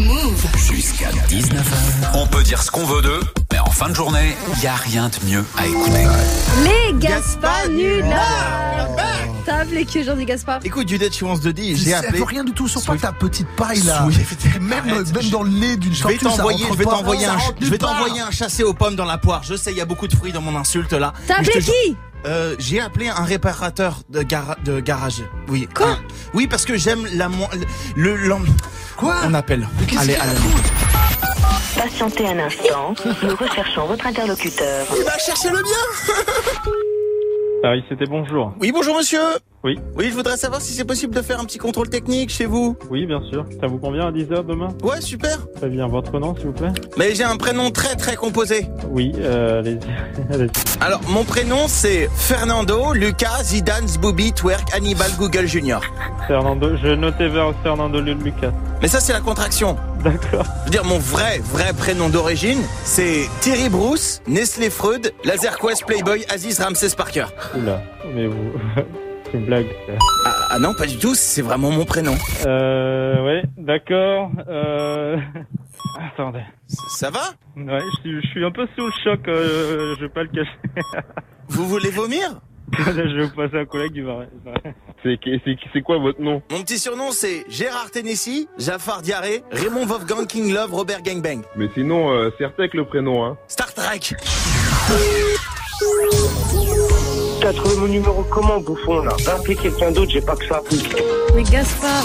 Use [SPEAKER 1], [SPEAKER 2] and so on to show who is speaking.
[SPEAKER 1] Move.
[SPEAKER 2] Jusqu'à 19h, on peut dire ce qu'on veut d'eux, mais en fin de journée, il n'y a rien de mieux à écouter.
[SPEAKER 3] Les Gaspar
[SPEAKER 4] Ah,
[SPEAKER 3] Nula T'as appelé qui aujourd'hui Gaspar
[SPEAKER 4] Écoute, du Dead She Wants de D, j'ai
[SPEAKER 5] Ça
[SPEAKER 4] appelé.
[SPEAKER 5] veut rien du tout, surtout
[SPEAKER 4] Swift.
[SPEAKER 5] ta petite paille là.
[SPEAKER 4] Swift.
[SPEAKER 5] Même,
[SPEAKER 4] Arrête,
[SPEAKER 5] même
[SPEAKER 4] je-
[SPEAKER 5] dans le nez d'une
[SPEAKER 4] Je vais
[SPEAKER 5] tortue, ça
[SPEAKER 4] t'envoyer,
[SPEAKER 5] rentre
[SPEAKER 4] je vais
[SPEAKER 5] pas.
[SPEAKER 4] t'envoyer
[SPEAKER 5] Ça
[SPEAKER 4] un,
[SPEAKER 5] rentre
[SPEAKER 4] je vais
[SPEAKER 5] nulle part.
[SPEAKER 4] t'envoyer un chassé aux pommes dans la poire. Je sais, il y a beaucoup de fruits dans mon insulte là.
[SPEAKER 3] T'as
[SPEAKER 4] Mais je
[SPEAKER 3] appelé
[SPEAKER 4] te jure-
[SPEAKER 3] qui
[SPEAKER 4] Euh, J'ai appelé un réparateur de, gara- de garage. Oui.
[SPEAKER 3] Quoi
[SPEAKER 4] Ah. Oui, parce que j'aime la mo- le, l'en-
[SPEAKER 5] Quoi
[SPEAKER 4] On appelle.
[SPEAKER 5] qu'est-ce
[SPEAKER 4] Allez,
[SPEAKER 5] qu'il
[SPEAKER 4] allez.
[SPEAKER 6] Patientez un instant, nous recherchons votre interlocuteur.
[SPEAKER 4] Il va chercher le bien.
[SPEAKER 7] Ah oui, c'était bonjour.
[SPEAKER 4] Oui, bonjour monsieur.
[SPEAKER 7] Oui.
[SPEAKER 4] Oui, je voudrais savoir si c'est possible de faire un petit contrôle technique chez vous.
[SPEAKER 7] Oui, bien sûr. Ça vous convient à 10h demain
[SPEAKER 4] Ouais, super.
[SPEAKER 7] Très bien. Votre nom, s'il vous plaît
[SPEAKER 4] Mais j'ai un prénom très très composé.
[SPEAKER 7] Oui, euh, allez-y. Allez-y.
[SPEAKER 4] Alors, mon prénom c'est Fernando, Lucas, Zidane, Booby, Twerk, Hannibal, Google Junior.
[SPEAKER 7] Fernando, je notais vers Fernando Lu- Lucas.
[SPEAKER 4] Mais ça, c'est la contraction.
[SPEAKER 7] D'accord.
[SPEAKER 4] Je veux dire, mon vrai, vrai prénom d'origine, c'est Thierry Bruce, Nestlé Freud, Laser Quest, Playboy, Aziz Ramsès Parker.
[SPEAKER 7] Oula, mais vous... C'est une blague.
[SPEAKER 4] Ah, ah non, pas du tout, c'est vraiment mon prénom.
[SPEAKER 7] Euh, ouais, d'accord. Euh... Attendez.
[SPEAKER 4] Ça, ça va
[SPEAKER 7] Ouais, je suis, je suis un peu sous le choc, euh, je vais pas le cacher.
[SPEAKER 4] Vous voulez vomir
[SPEAKER 7] Là, je vais vous passer un collègue du Marais. C'est c'est quoi votre nom
[SPEAKER 4] Mon petit surnom, c'est Gérard Tennessee, Jafar Diarré, Raymond Wolfgang King Love, Robert Gangbang.
[SPEAKER 8] Mais sinon, euh, c'est Artec le prénom, hein.
[SPEAKER 4] Star Trek
[SPEAKER 9] T'as trouvé mon numéro comment, bouffon, là Va appeler quelqu'un d'autre, j'ai pas que ça.
[SPEAKER 3] Mais Gaspard